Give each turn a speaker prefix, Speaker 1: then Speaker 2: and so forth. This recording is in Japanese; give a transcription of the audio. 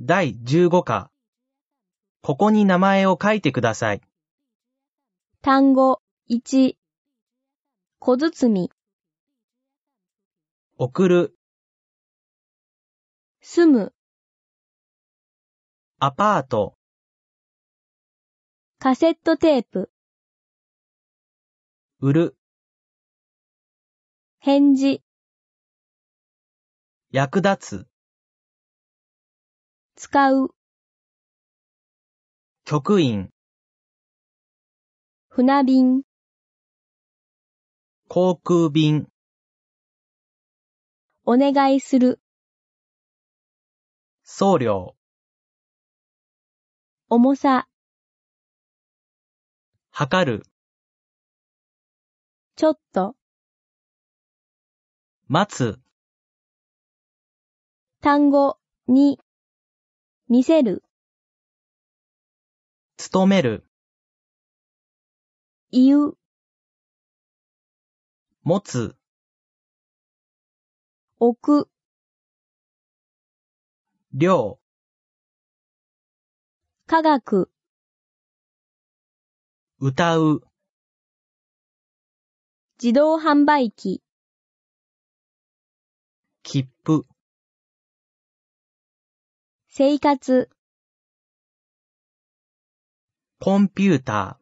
Speaker 1: 第15課。ここに名前を書いてください。
Speaker 2: 単語1小包、
Speaker 1: 送る、
Speaker 2: 住む、
Speaker 1: アパート、
Speaker 2: カセットテープ、
Speaker 1: 売る、
Speaker 2: 返事、
Speaker 1: 役立つ、
Speaker 2: 使う、
Speaker 1: 局員、
Speaker 2: 船便、
Speaker 1: 航空便、
Speaker 2: お願いする、
Speaker 1: 送料、
Speaker 2: 重さ、
Speaker 1: 測る、
Speaker 2: ちょっと、
Speaker 1: 待つ、
Speaker 2: 単語2見せる、
Speaker 1: 勤める、
Speaker 2: 言う、
Speaker 1: 持つ、
Speaker 2: 置く、
Speaker 1: 量、
Speaker 2: 科学、
Speaker 1: 歌う、
Speaker 2: 自動販売機、
Speaker 1: 切符、
Speaker 2: 生活。
Speaker 1: コンピュータ